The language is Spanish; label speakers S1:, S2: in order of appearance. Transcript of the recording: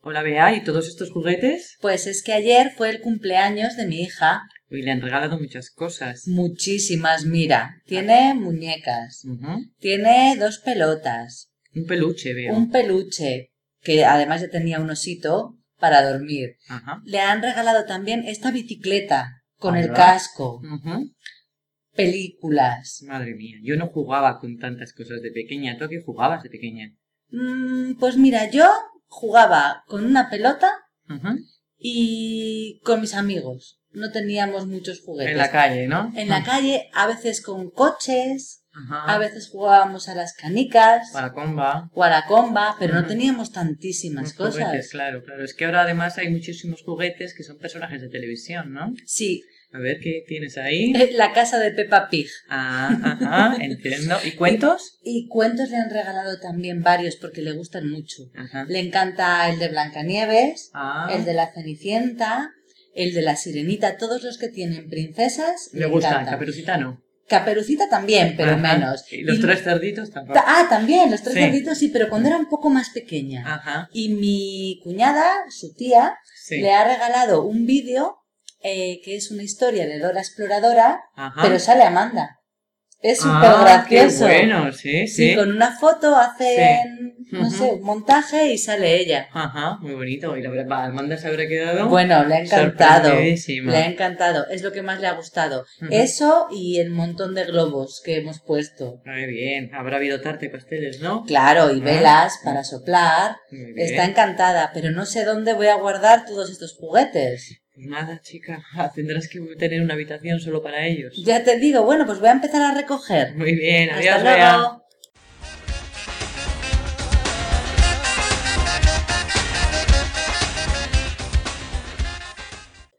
S1: Hola Bea, ¿y todos estos juguetes?
S2: Pues es que ayer fue el cumpleaños de mi hija.
S1: Y le han regalado muchas cosas.
S2: Muchísimas, mira. Tiene muñecas,
S1: Ujú.
S2: tiene dos pelotas,
S1: Un peluche, Bea.
S2: un peluche, que además ya tenía un osito para dormir.
S1: Ajá.
S2: Le han regalado también esta bicicleta con el
S1: Ahora.
S2: casco,
S1: Ujú.
S2: películas.
S1: Madre mía, yo no jugaba con tantas cosas de pequeña. ¿Tú a qué jugabas de pequeña?
S2: Mm, pues mira, yo jugaba con una pelota
S1: Ujú.
S2: y con mis amigos. No teníamos muchos juguetes.
S1: En la Ah. calle, ¿no?
S2: Pues En la calle, a veces con coches,
S1: Ajá.
S2: a veces jugábamos a las canicas
S1: Para comba.
S2: o a la comba, pero no
S1: Ujú.
S2: teníamos tantísimas
S1: Los
S2: cosas.
S1: juguetes, claro, claro. Es que ahora además hay muchísimos juguetes que son personajes de televisión, ¿no?
S2: Sí,
S1: A ver qué tienes ahí.
S2: la casa de Peppa Pig.
S1: Ah, ajá, entiendo. ¿Y cuentos?
S2: Y cuentos le han regalado también varios porque le gustan mucho.
S1: Ajá.
S2: Le encanta el de Blancanieves,
S1: Ah,
S2: el de la Cenicienta, el de la Sirenita, todos los que tienen princesas.
S1: le gusta.
S2: encantan.
S1: Caperucita no.
S2: Caperucita también, pero
S1: Ajá.
S2: menos.
S1: Y los
S2: Y-
S1: tres cerditos tampoco.
S2: ta- Ah, también, los tres
S1: Sí. Ah.
S2: cerditos, sí, pero cuando era un poco más pequeña.
S1: Ajá,
S2: Y mi cuñada, su tía,
S1: sí.
S2: le ha regalado un vídeo eh, que es una historia de Dora Exploradora,
S1: Ajá.
S2: pero sale Amanda. Es súper
S1: Ah, qué
S2: gracioso.
S1: bueno, sí, sí.
S2: Sí, con una foto hacen, no
S1: Ujú.
S2: sé, un montaje y sale ella.
S1: Ajá, muy bonito. Y la verdad, va, Amanda se habrá quedado
S2: Bueno, le ha encantado.
S1: sorprendidísima.
S2: Le ha encantado, es lo que más le ha gustado.
S1: Ujú.
S2: Eso y el montón de globos que hemos puesto.
S1: Muy bien. Habrá habido tarta y pasteles, ¿no?
S2: Claro, y
S1: Ah.
S2: velas para soplar.
S1: Muy bien.
S2: Está encantada, pero no sé dónde voy a guardar todos estos juguetes.
S1: Pues Nada, chica. Tendrás que tener una habitación solo para ellos.
S2: Ya te digo, bueno, pues voy a empezar a recoger.
S1: Muy bien,
S2: Hasta
S1: adiós,
S2: luego.
S1: Bea.